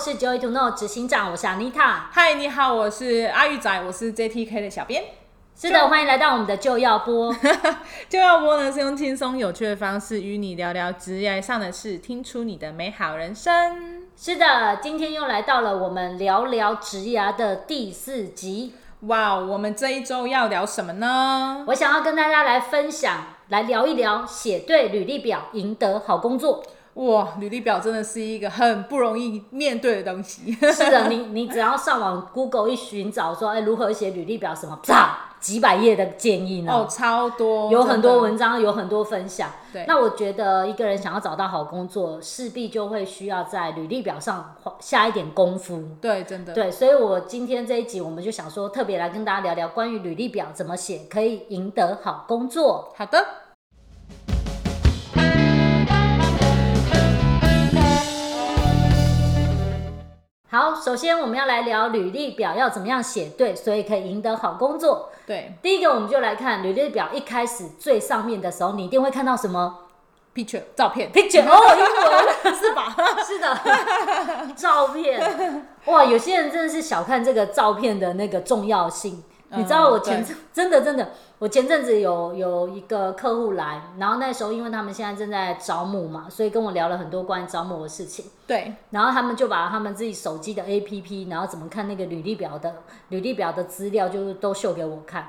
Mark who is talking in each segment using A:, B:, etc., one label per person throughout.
A: 是 Joy to Know 执行长，我是 Anita。
B: 嗨，你好，我是阿玉仔，我是 JTK 的小编。
A: 是的，欢迎来到我们的就要播。
B: 就要播呢是用轻松有趣的方式与你聊聊职业上的事，听出你的美好人生。
A: 是的，今天又来到了我们聊聊职涯的第四集。
B: 哇、我们这一周要聊什么呢？
A: 我想要跟大家来分享，来聊一聊写对履历表，赢得好工 作。
B: 哇，履历表真的是一个很不容易面对的东西。
A: 是的，你你只要上网 Google 一寻找说，哎，如何写履历表什么，啪，几百页的建议呢？
B: 哦，超多，
A: 有很多
B: 真的
A: 文章，有很多分享。
B: 对
A: 那我觉得一个人想要找到好工作，势必就会需要在履历表上花下一点功夫。
B: 对，真的，
A: 对，所以我今天这一集，我们就想说，特别来跟大家聊聊关于履历表怎么写可以赢得好工作。
B: 好的。
A: 好，首先我们要来聊履历表要怎么样写对，所以可以赢得好工作。
B: 对
A: 第一个，我们就来看履历表一开始最上面的时候，你一定会看到什么
B: ，picture 照片
A: picture 哦，英文。
B: 是吧？
A: 是的， 照片哇，有些人真的是小看这个照片的那个重要性。你知道我前阵、真的真的，我前阵子有有一个客户来，然后那时候因为他们现在正在招募嘛，所以跟我聊了很多关于招募的事情。
B: 对，
A: 然后他们就把他们自己手机的 APP，然后怎么看那个履历表的履历表的资料，就都秀给我看。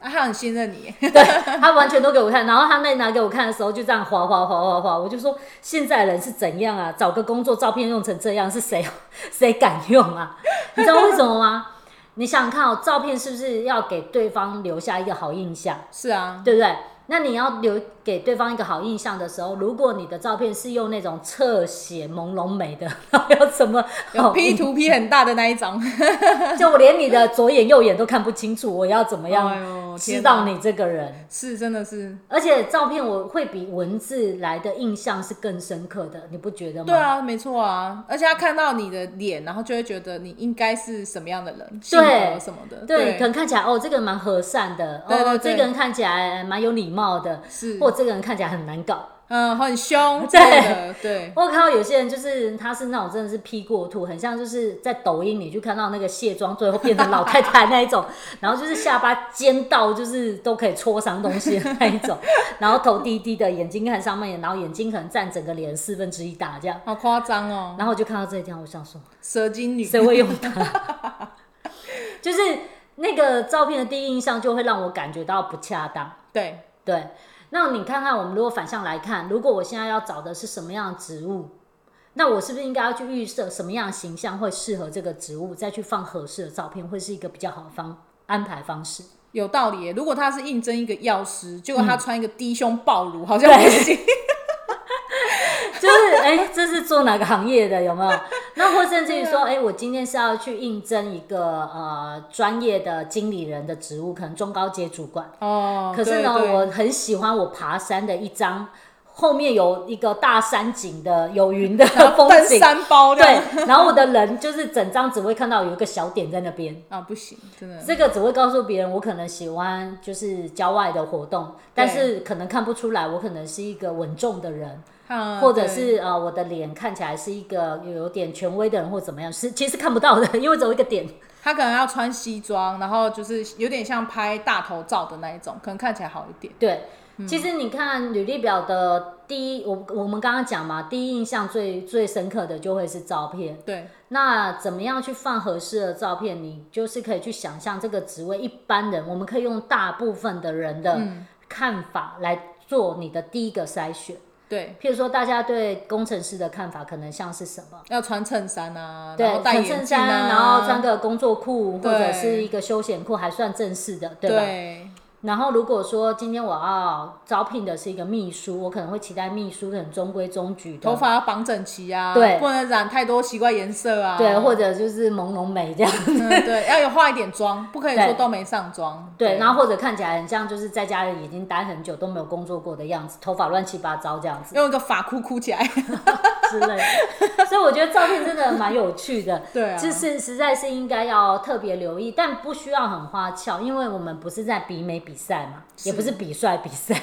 B: 啊，他很信任你。
A: 对他完全都给我看，然后他妹拿给我看的时候就这样划划划划划，我就说现在人是怎样啊？找个工作照片用成这样，是谁 谁敢用 啊？你知道为什么吗？你想想看哦，照片是不是要给对方留下一个好印象，
B: 是啊，
A: 对不对？那你要留给对方一个好印象的时候，如果你的照片是用那种侧写朦胧美的， 要怎么
B: 有 P 图啊 P 很大的那一种。
A: 就我连你的左眼右眼都看不清楚，我要怎么
B: 哎
A: 样
B: 呦
A: 知
B: 天
A: 道
B: 哪
A: 你这个人？
B: 是，真的是。
A: 而且照片我会比文字来的印象是更深刻的，你不觉得吗？
B: 对，啊，没错啊，而且他看到你的脸，然后就会觉得你应该是什么样的人，性格什么的，
A: 对，
B: 对，
A: 可能看起来哦，这个人蛮和善的，
B: 对对
A: 哦，
B: 对
A: 这个人看起来蛮有礼貌的，
B: 是，
A: 或这个人看起来很难搞。
B: 嗯，很凶之类的，对，
A: 我看到有些人就是他是那种真的是 P 过度，很像就是在抖音你去看到那个卸妆最后变成老太太那一 种，然后就是下巴尖到就是都可以戳伤东西的那一种， 然后头低低的，眼睛看上面，然后眼睛可能占整个脸四分之一大这样。
B: 好夸张哦，
A: 然后我就看到这一条，我想说，
B: 蛇精女，
A: 谁会用它？ 就是那个照片的第一印象就会让我感觉到不恰当。
B: 对，
A: 对，那你看看我们如果反向来看，如果我现在要找的是什么样的植物，那我是不是应该要去预设什么样的形象会适合这个植物，再去放合适的照片，会是一个比较好的方安排方式？
B: 有道理耶。如果他是应征一个药师，结果他穿一个低胸暴露，好像 不行。
A: 就是哎、这是做哪个行业的有没有？那或甚至于说，哎、我今天是要去应征一个呃专业的经理人的职务，可能中高阶主管。
B: 哦，
A: 可是呢，
B: 对对
A: 我很喜欢我爬山的一张，后面有一个大山景的有云的风
B: 登
A: 景，
B: 山包这样
A: 对，然后我的人就是整张只会看到有一个小点在那边。
B: 啊，不行，真的，
A: 这个只会告诉别人我可能喜欢就是郊外的活动，但是可能看不出来我可能是一个稳重的人，
B: 啊
A: 或者
B: 对
A: 是呃我的脸看起来是一个有点权威的人或怎么样，是其实看不到的，因为只有一个点。
B: 他可能要穿西装，然后就是有点像拍大头照的那一种，可能看起来好一点。
A: 对，
B: 嗯
A: 其实你看履历表的第一，我我们刚刚讲嘛，第一印象最最深刻的就会是照片。
B: 对，
A: 那怎么样去放合适的照片？你就是可以去想象这个职位，一般人我们可以用大部分的人的
B: 嗯
A: 看法来做你的第一个筛选。
B: 对，
A: 譬如说，大家对工程师的看法可能像是什么？
B: 要穿衬衫啊，然
A: 对，
B: 后戴
A: 穿
B: 眼
A: 衬
B: 镜
A: 衫，
B: 啊，
A: 然后穿个工作裤或者
B: 对
A: 是一个休闲裤，还算正式的，对吧？
B: 对
A: 然后如果说今天我要招聘的是一个秘书，我可能会期待秘书很中规中矩的，
B: 头发要绑整齐啊，
A: 对
B: 不能染太多奇怪颜色啊，
A: 对，或者就是朦胧美这样，
B: 嗯 对，要有化一点妆，不可以
A: 对
B: 说都没上妆。
A: 对，然后或者看起来很像就是在家里已经待很久都没有工作过的样子，头发乱七八糟这样子
B: 用一个发箍箍起来，
A: 之类的。所以我觉得照片真的蛮有趣的，
B: 对啊，
A: 就是实在是应该要特别留意，但不需要很花俏，因为我们不是在比美比赛嘛，也不是比帅比赛，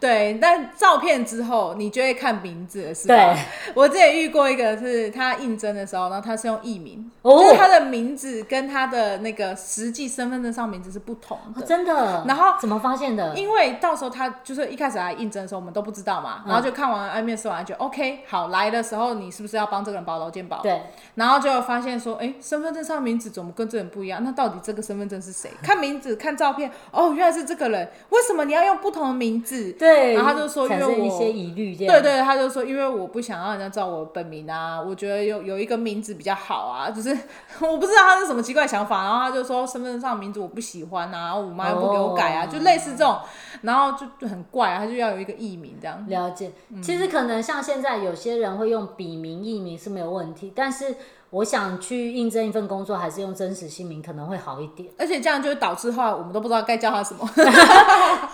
B: 对，但照片之后你就会看名字了，是啊吧？
A: 对，
B: 我之前遇过一个是他应征的时候，然后他是用艺名，
A: 哦
B: 就是他的名字跟他的那个实际身份证上名字是不同
A: 哦
B: 的。
A: 真的。
B: 然后
A: 怎么发现的？
B: 因为到时候他就是一开始来应征的时候，我们都不知道嘛，
A: 嗯
B: 然后就看完哎面试完就 OK，好来的时候你是不是要帮这个人保劳健保？，
A: 对，
B: 然后就发现说，哎，身份证上名字怎么跟这人不一样？那到底这个身份证是谁？看名字，看照片，哦，原来是这个人，为什么你要用不同的名字？
A: 对，
B: 然后他就说
A: 产
B: 因为
A: 生一
B: 我
A: 些疑虑，这样
B: 对对，他就说，因为我不想让人家知道我本名啊，我觉得有有一个名字比较好啊，就是 我不知道他是什么奇怪想法，然后他就说身份证上的名字我不喜欢啊，我妈又不给我改啊，
A: 哦
B: 就类似这种，然后就就很怪啊，他就要有一个艺名这样。
A: 了解，
B: 嗯
A: 其实可能像现在有些人会用笔名、艺名是没有问题，但是我想去应征一份工作，还是用真实姓名可能会好一点。
B: 而且这样就会导致后来我们都不知道该叫他什么。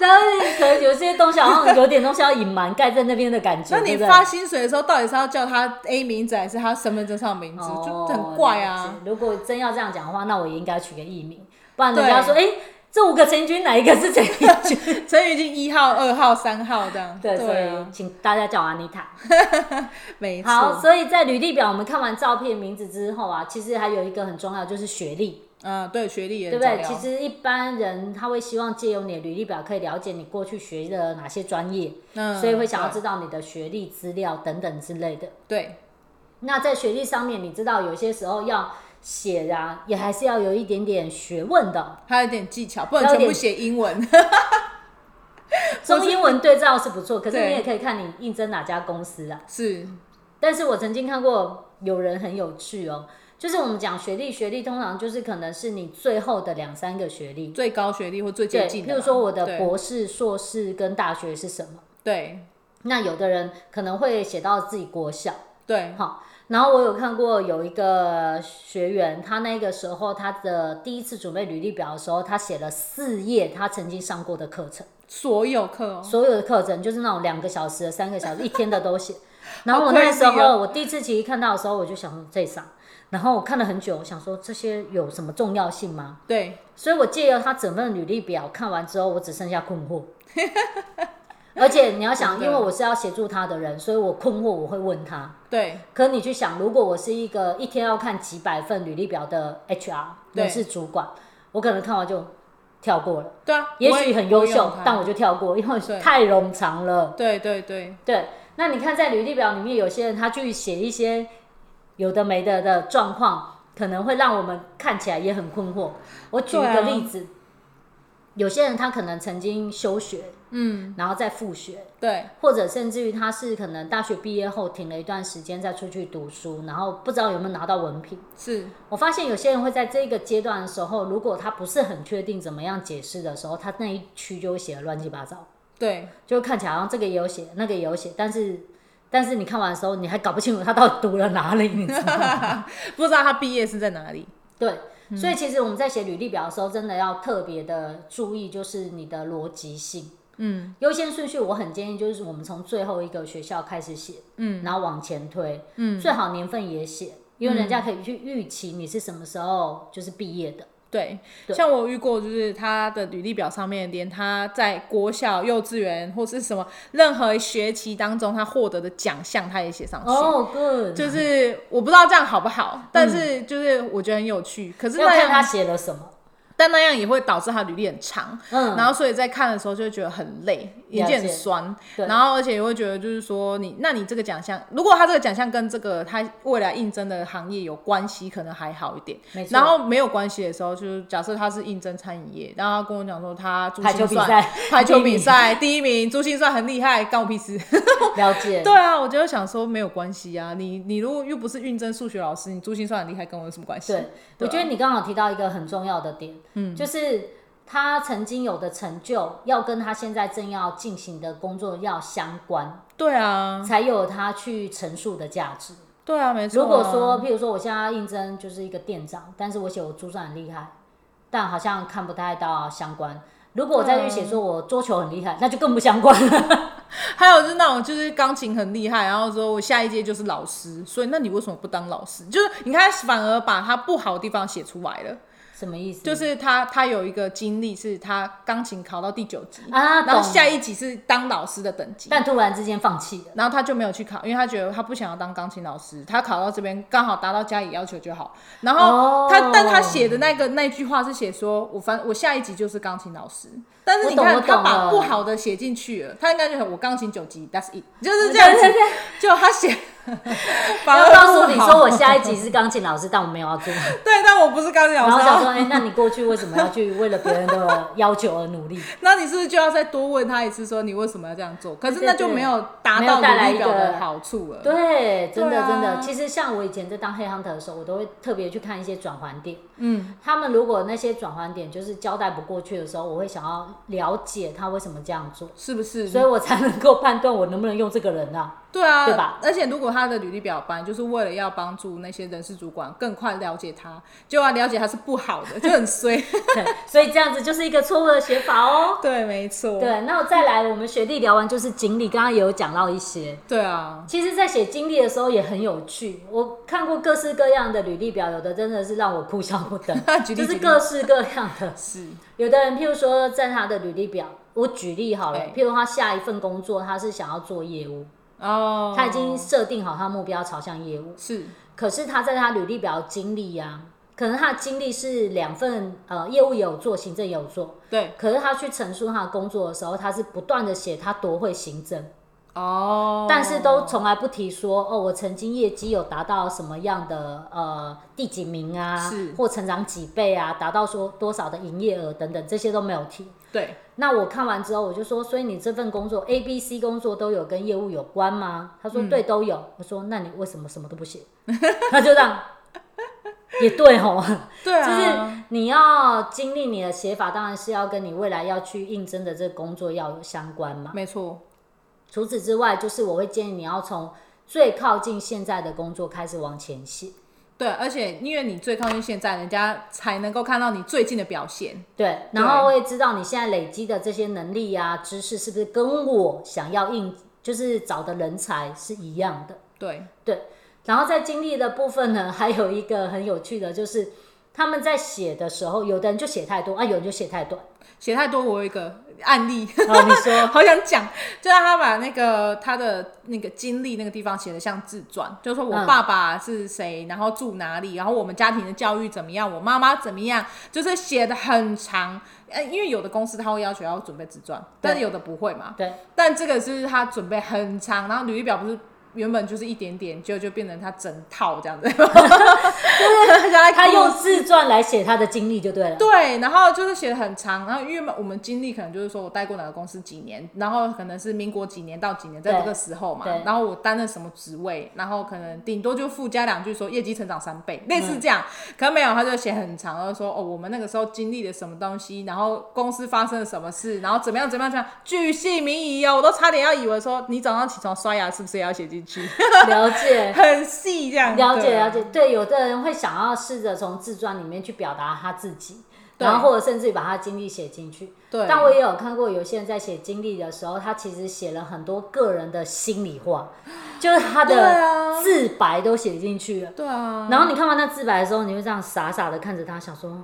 A: 但是可能有些东西好像有点东西要隐瞒，盖在那边的感觉。
B: 那 你
A: 对不对
B: 发薪水的时候，到底是要叫他 A 名字还是他身份证上的名字，就很怪
A: 哦
B: 啊
A: 了。解如果真要这样讲的话，那我也应该取个艺名，不然人
B: 对
A: 家说，哎、这五个陈军哪一个是陈军？
B: 陈宇进一号、二号、三号这样。
A: 对，所
B: 啊
A: 以，请大家叫我安妮塔。
B: 没
A: 好，
B: 错。
A: 所以在履历表我们看完照片、名字之后啊，其实还有一个很重要就是学历。
B: 嗯，对，学历也
A: 对
B: 很
A: 不
B: 重
A: 对？
B: 要。
A: 其实一般人他会希望借由你的履历表可以了解你过去学的哪些专业，
B: 嗯
A: 所以会想要
B: 对
A: 知道你的学历资料等等之类的。
B: 对，
A: 那在学历上面，你知道有些时候要写啊，也还是要有一点点学问的。
B: 还有一点技巧，不能
A: 还有
B: 全
A: 点
B: 部写英文。
A: 中英文对照是不错，可是
B: 对
A: 你也可以看你应征哪家公司啊。
B: 是，
A: 但是我曾经看过有人很有趣哦，就是我们讲学历，学历通常就是可能是你最后的两三个学历。
B: 最高学历或最接
A: 对，
B: 近
A: 譬
B: 的嘛。
A: 如说我的
B: 对
A: 博士、硕士跟大学是什么？
B: 对
A: 那有的人可能会写到自己国小，
B: 对
A: 好，然后我有看过有一个学员，他那个时候他的第一次准备履历表的时候，他写了四页他曾经上过的课程，
B: 所有课哦，
A: 所有的课程就是那种两个小时的、三个小时、一天的都 写。然后
B: 好
A: 我那
B: crazy
A: 时候
B: 哦
A: 我第一次其实看到的时候，我就想说这上，然后我看了很久，我想说这些有什么重要性吗？
B: 对
A: 所以我借由他整份履历表看完之后，我只剩下困 惑。而且你要想，
B: 真的
A: 因为我是要协助他的人，所以我困惑我会问他。
B: 对
A: 可你去想，如果我是一个一天要看几百份履历表的 HR
B: 对
A: 人事主管，我可能看完就跳过了。
B: 对啊，
A: 也
B: 我
A: 许很优
B: 我用
A: 秀，
B: 它
A: 但我就跳过，因为
B: 对
A: 太冗长了。
B: 对对对
A: 对，那你看在履历表里面，有些人他去写一些有的没的的状况，可能会让我们看起来也很困惑。我举一
B: 对啊
A: 个例子，有些人他可能曾经休学，
B: 嗯
A: 然后再复学，
B: 对
A: 或者甚至于他是可能大学毕业后停了一段时间再出去读书，然后不知道有没有拿到文凭。
B: 是
A: 我发现有些人会在这个阶段的时候，如果他不是很确定怎么样解释的时候，他那一区就会写的乱七八糟。
B: 对
A: 就看起来好像这个也有写，那个也有写，但是但是你看完的时候，你还搞不清楚他到底读了哪里，你知道吗？
B: 不知道他毕业是在哪里。
A: 对，
B: 嗯
A: 所以其实我们在写履历表的时候，真的要特别的注意，就是你的逻辑性。
B: 嗯
A: 优先顺序，我很建议就是我们从最后一个学校开始写，
B: 嗯
A: 然后往前推，
B: 嗯，
A: 最好年份也写，因为人家可以去预期你是什么时候就是毕业的。
B: 对，
A: 对
B: 像我遇过，就是他的履历表上面，连他在国小、幼稚园或是什么任何学期当中他获得的奖项，他也写上去。
A: 哦、g o o d
B: 就是我不知道这样好不好，但是就是我觉得很有趣。可是
A: 嗯要
B: 那
A: 看他
B: 样，
A: 写了什么。
B: 但那样也会导致他履历很长，
A: 嗯，
B: 然后所以在看的时候就会觉得很累，眼睛很酸。
A: 对
B: 然后而且也会觉得就是说你，那你这个奖项，如果他这个奖项跟这个他未来应征的行业有关系，可能还好一点。
A: 没错
B: 然后没有关系的时候，就是假设他是应征餐饮业，然后他跟我讲说他珠
A: 排球
B: 心
A: 比
B: 算
A: 赛
B: 排球
A: 第一
B: 比
A: 名
B: 赛第一名，珠心算很厉害，干我屁事。
A: 了解，
B: 对啊，我就想说没有关系啊，你你如果又不是运真数学老师，你珠心算很厉害，跟我有什么关系？
A: 对，我觉得你刚好提到一个很重要的点，嗯，就是他曾经有的成就，要跟他现在正要进行的工作要相关，
B: 对啊，
A: 才有他去陈述的价值。
B: 对啊，没错啊、
A: 如果说，譬如说我现在应征就是一个店长，但是我写我珠算很厉害，但好像看不太到相关。如果我再去写
B: 啊
A: 说我桌球很厉害，那就更不相关了。
B: 还有就是那种就是钢琴很厉害，然后说我下一届就是老师，所以那你为什么不当老师？就是你看，反而把他不好的地方写出来
A: 嗯
B: 了。
A: 什么意思？
B: 就是他他有一个经历，是他钢琴考到第九级，
A: 啊，
B: 然后
A: 懂。
B: 下一级是当老师的等级。
A: 但突然之间放弃了，
B: 然后他就没有去考，因为他觉得他不想要当钢琴老师，他考到这边刚好达到家里要求就好。然后
A: 哦
B: 他，但他写的那个那句话是写说，我反我下一集就是钢琴老师。但是你
A: 我懂
B: 看，
A: 我懂
B: 他把
A: 了
B: 不好的写进去了，他应该就是我钢琴九级，that's it，就是这样子。就他写， 反
A: 要
B: 而
A: 告诉你
B: 不好
A: 说我下一集是钢琴老师，但我没有要做。
B: 对，但我不是钢琴老
A: 然后
B: 师
A: 想
B: 啊。
A: 说，哎、那你过去为什么要去为了别人的要求而努力？
B: 那你是不是就要再多问他一次，说你为什么要这样做？可是那
A: 对
B: 就
A: 对对
B: 没有达
A: 没有
B: 到
A: 带来
B: 履历表
A: 一个
B: 的好处了。
A: 对，真
B: 对
A: 的
B: 啊
A: 真的。其实像我以前在当黑 hunter 的时候，我都会特别去看一些转环点。
B: 嗯，
A: 他们如果那些转环点就是交代不过去的时候，我会想要了解他为什么这样做，
B: 是不是？
A: 所以我才能够判断我能不能用这个人啊。
B: 对啊，
A: 对吧
B: 而且如果他的履历表班就是为了要帮助那些人事主管更快了解他，就要了解他是不好 的，就很衰。
A: 对，所以这样子就是一个错误的写法哦。
B: 对，没错。
A: 对，那我再来，我们学弟聊完就是经历，刚刚也有讲到一些。
B: 对啊，，
A: 其实，在写经历的时候也很有趣，我看过各式各样的履历表，有的真的是让我哭笑不得
B: 举例
A: 就是
B: 举例
A: 各式各样的。
B: 是
A: 有的人，譬如说，在他的履历表，我举例好了，譬
B: 对
A: 如他下一份工作，他是想要做业务，
B: 哦，
A: 他已经设定好他目标朝向业务，
B: 是
A: 可是他在他履历表经历啊，可能他的经历是两份呃业务也有做，行政也有做，
B: 对
A: 可是他去陈述他的工作的时候，他是不断的写他多会行政，
B: 哦，
A: 但是都从来不提说哦，我曾经业绩有达到什么样的呃第几名啊
B: 是，
A: 或成长几倍啊，达到说多少的营业额等等，这些都没有提。
B: 对
A: 那我看完之后，我就说，所以你这份工作 A、B、C 工作都有跟业务有关吗？他
B: 嗯
A: 说、对，都有。我说那你为什么什么都不写？ 他就这样，也对吼，
B: 对
A: 就
B: 啊，
A: 是你要经历你的写法，当然是要跟你未来要去应征的这个工作要有相关嘛。
B: 没错，
A: 除此之外，就是我会建议你要从最靠近现在的工作开始往前写。
B: 对，而且因为你最靠近现在，人家才能够看到你最近的表现。
A: 对，然后会知道你现在累积的这些能力啊、知识是不是跟我想要应，就是找的人才是一样的。
B: 对，
A: 对，然后在经历的部分呢，还有一个很有趣的，就是他们在写的时候，有的人就写太多啊，有人就写太短。
B: 写太多，我有一个案例。
A: 好，你说，
B: 好想讲，就是他把那个他的那个经历那个地方写的像自传，就是说我
A: 嗯
B: 爸爸是谁，然后住哪里，然后我们家庭的教育怎么样，我妈妈怎么样，就是写的很长。呃，因为有的公司他会要求要准备自传，但有的不会嘛。
A: 对，
B: 但这个是他准备很长，然后履历表不是原本就是一点点，就就变成他整套这 样子。
A: 他
B: 他
A: 用自传来写他的经历就对了。
B: 对，然后就是写的很长，然后因为我们经历可能就是说我待过哪个公司几年，然后可能是民国几年到几年，在这个时候嘛
A: 对，对
B: 然后我担任什么职位，然后可能顶多就附加两句说业绩成长三倍，类似这样，可没有，他就写很长，然后说哦我们那个时候经历了什么东西，然后公司发生了什么事，然后怎么样怎么样怎么样，巨细靡遗哦，我都差点要以为说你早上起床刷牙是不是也要写进去，
A: 了解，
B: 很细这 样，
A: 了解
B: 对啊
A: 了解，对，有的人会想要试着从自传里面去表达他自己，
B: 对
A: 然后或者甚至于把他经历写进去。
B: 对
A: 但我也有看过有些人在写经历的时候，他其实写了很多个人的心里话，就是他
B: 对啊
A: 的自白都写进去了。
B: 对啊，
A: 然后你看完那自白的时候，你就这样傻傻的看着他，想说，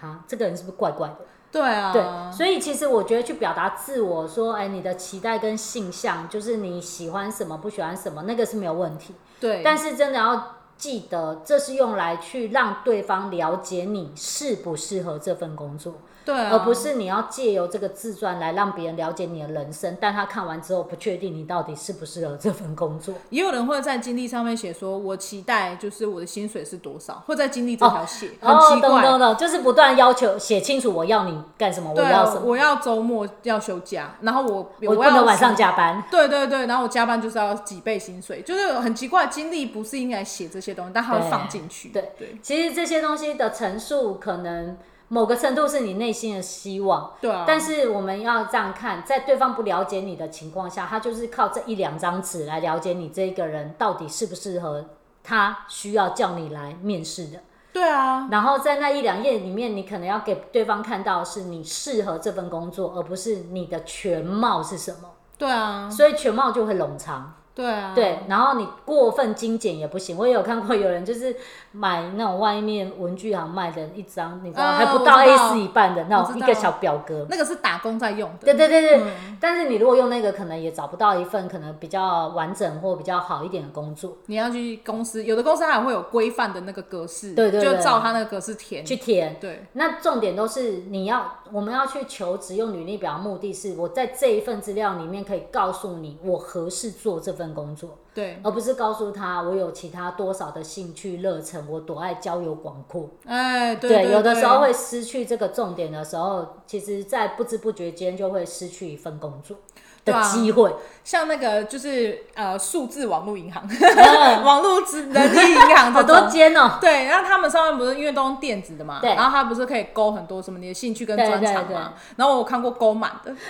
A: 哈，这个人是不是怪怪的？
B: 对啊，
A: 对，所以其实我觉得去表达自我，说，哎，你的期待跟性向，就是你喜欢什么，不喜欢什么，那个是没有问题。
B: 对，
A: 但是真的要记得，这是用来去让对方了解你适不适合这份工作，
B: 对啊，
A: 而不是你要借由这个自传来让别人了解你的人生，但他看完之后不确定你到底适不适合这份工 作。
B: 也有人会在经历上面写说，我期待就是我的薪水是多少，会在经历这条写，很奇
A: 哦懂
B: 怪。
A: 懂懂，就是不断要求写清楚我要你干什么，我
B: 对
A: 要什
B: 啊，
A: 么，
B: 我要周末要休假，然后我
A: 我不
B: 要
A: 能晚上。加班。
B: 对对对，然后我加班就是要几倍薪水，就是很奇怪，经历不是应该写这些东西，但他会
A: 对
B: 放进去。
A: 对
B: 对
A: 其实这些东西的陈述，可能某个程度是你内心的希望。
B: 对啊！
A: 但是我们要这样看，在对方不了解你的情况下，他就是靠这一两张纸来了解你这个人到底适不适合他需要叫你来面试的。
B: 对啊，
A: 然后在那一两页里面，你可能要给对方看到的是你适合这份工作，而不是你的全貌是什么。
B: 对啊，
A: 所以全貌就会冗长，
B: 对啊，
A: 对。然后你过分精简也不行。我也有看过有人就是买那种外面文具行卖的一张，你知道
B: 啊
A: 还不
B: 我
A: 到
B: 知道
A: A 四一半的那
B: 我
A: 种
B: 知
A: 一
B: 道
A: 个小表格。
B: 那个是打工在用的。
A: 对对对对，
B: 嗯
A: 但是你如果用那个，可能也找不到一份可能比较完整或比较好一点的工作
B: 你要去公司，有的公司它还会有规范的那个格式，
A: 对对对
B: 就照它那个格式填。
A: 去填。
B: 对，
A: 那重点都是你要，我们要去求职用履历表，目的是我在这一份资料里面可以告诉你我合适做这份工作，
B: 对，
A: 而不是告诉他我有其他多少的兴趣热忱，我多爱交友广阔。
B: 哎，对对
A: 有的时候会失去这个重点的时候，其实，在不知不觉间就会失去一份工作的
B: 对啊
A: 机 会。
B: 像那个就是呃，数字网络银行、
A: 嗯
B: 网络资人力银行
A: 好
B: 这
A: 多
B: 种。
A: 间哦、
B: 对，然后他们上面不是因为都用电子的嘛，
A: 对
B: 然后他不是可以勾很多什么你的兴趣跟
A: 对
B: 专
A: 对
B: 长
A: 对
B: 嘛，然后我看过勾满的，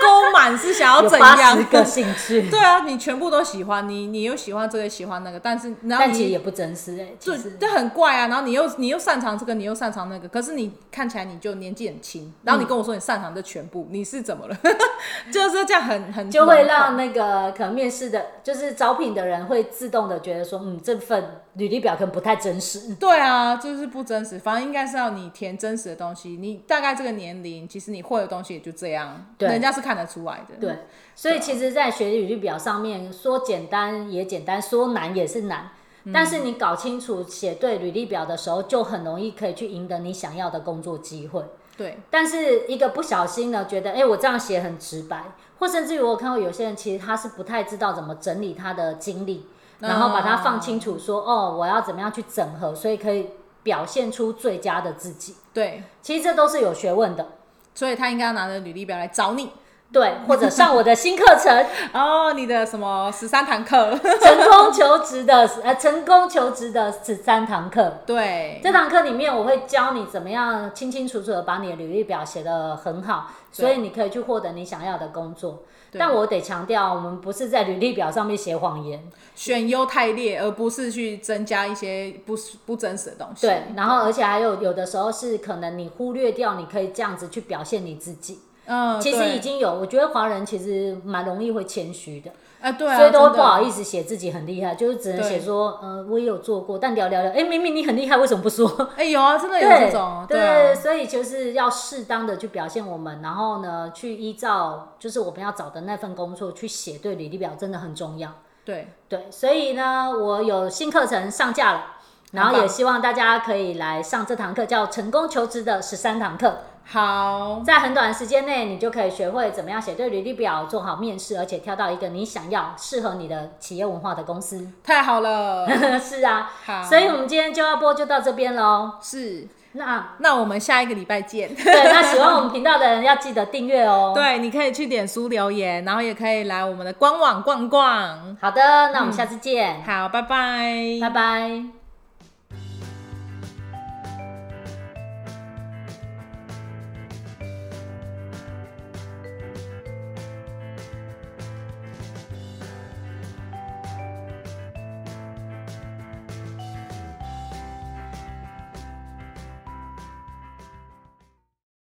B: 勾满是想要
A: 有
B: 怎
A: 八十
B: 样？
A: 个兴 趣，
B: 对啊，你全部都喜欢，你你又喜欢这个喜欢那个，但是然后
A: 但其
B: 你
A: 实也不真实哎、欸，其
B: 就
A: 实
B: 这很怪啊，然后你又你又擅长这个，你又擅长那个，可是你看起来你就年纪很轻，然后你跟我说你擅长这全部，你是怎么了？ 就是这样很很
A: 就会
B: 笼统
A: 让那个可能面试的，就是招聘的人会自动的觉得说，嗯，这份履历表可能不太真实。
B: 对啊，就是不真实，反正应该是要你填真实的东西。你大概这个年龄，其实你会的东西也就这样，
A: 对
B: 人家是看得出来的。
A: 对，所以其实，在学历履历表上面，说简单也简单，说难也是难。但是你搞清楚写对履历表的时候，就很容易可以去赢得你想要的工作机会。
B: 对
A: 但是一个不小心呢，觉得哎、诶我这样写很直白，或甚至于我有看过有些人其实他是不太知道怎么整理他的经历，然后把它放清楚说，哦，我要怎么样去整合，所以可以表现出最佳的自己。
B: 对，
A: 其实这都是有学问的，
B: 所以他应该要拿着履历表来找你
A: 对，或者上我的新课程，
B: 哦，你的什么十三堂 课，
A: 成功求职的呃成功求职的十三堂课。
B: 对
A: 这堂课里面我会教你怎么样清清楚楚的把你的履历表写得很好，
B: 对
A: 所以你可以去获得你想要的工作。
B: 对
A: 但我得强调，我们不是在履历表上面写谎言，
B: 选优汰劣，而不是去增加一些不不真实的东西。
A: 对。然后，而且还有有的时候是可能你忽略掉，你可以这样子去表现你自己。
B: 嗯，
A: 其实
B: 对
A: 已经有，我觉得华人其实蛮容易会谦虚的，
B: 哎、对啊，
A: 所以都会不好
B: 意
A: 意思写自己很厉害，就是只能
B: 对
A: 写说，呃，我也有做过，但聊聊聊，哎，明明你很厉害，为什么不说？
B: 思。哎、有啊，真的有
A: 对
B: 这种，
A: 对
B: 啊，
A: 所以就是要适当的去表现我们，然后呢，去依照就是我们要找的那份工作去写对履历表，真的很重要。
B: 对，
A: 对，所以呢，我有新课程上架了。然后
B: 很棒
A: 也希望大家可以来上这堂课，叫《成功求职的十三堂课》。
B: 好，
A: 在很短的时间内，你就可以学会怎么样写对履历表，做好面试，而且挑到一个你想要、适合你的企业文化的公司。
B: 太好了，
A: 是啊，
B: 好，
A: 所以我们今天就要播就到这边喽。
B: 是，
A: 那
B: 那我们下一个礼拜 见。
A: 对，那喜欢我们频道的人要记得订阅哦。，
B: 对，你可以去脸书留言，然后也可以来我们的官网逛逛。
A: 好的，那我们下次见，
B: 好，拜拜，
A: 拜拜。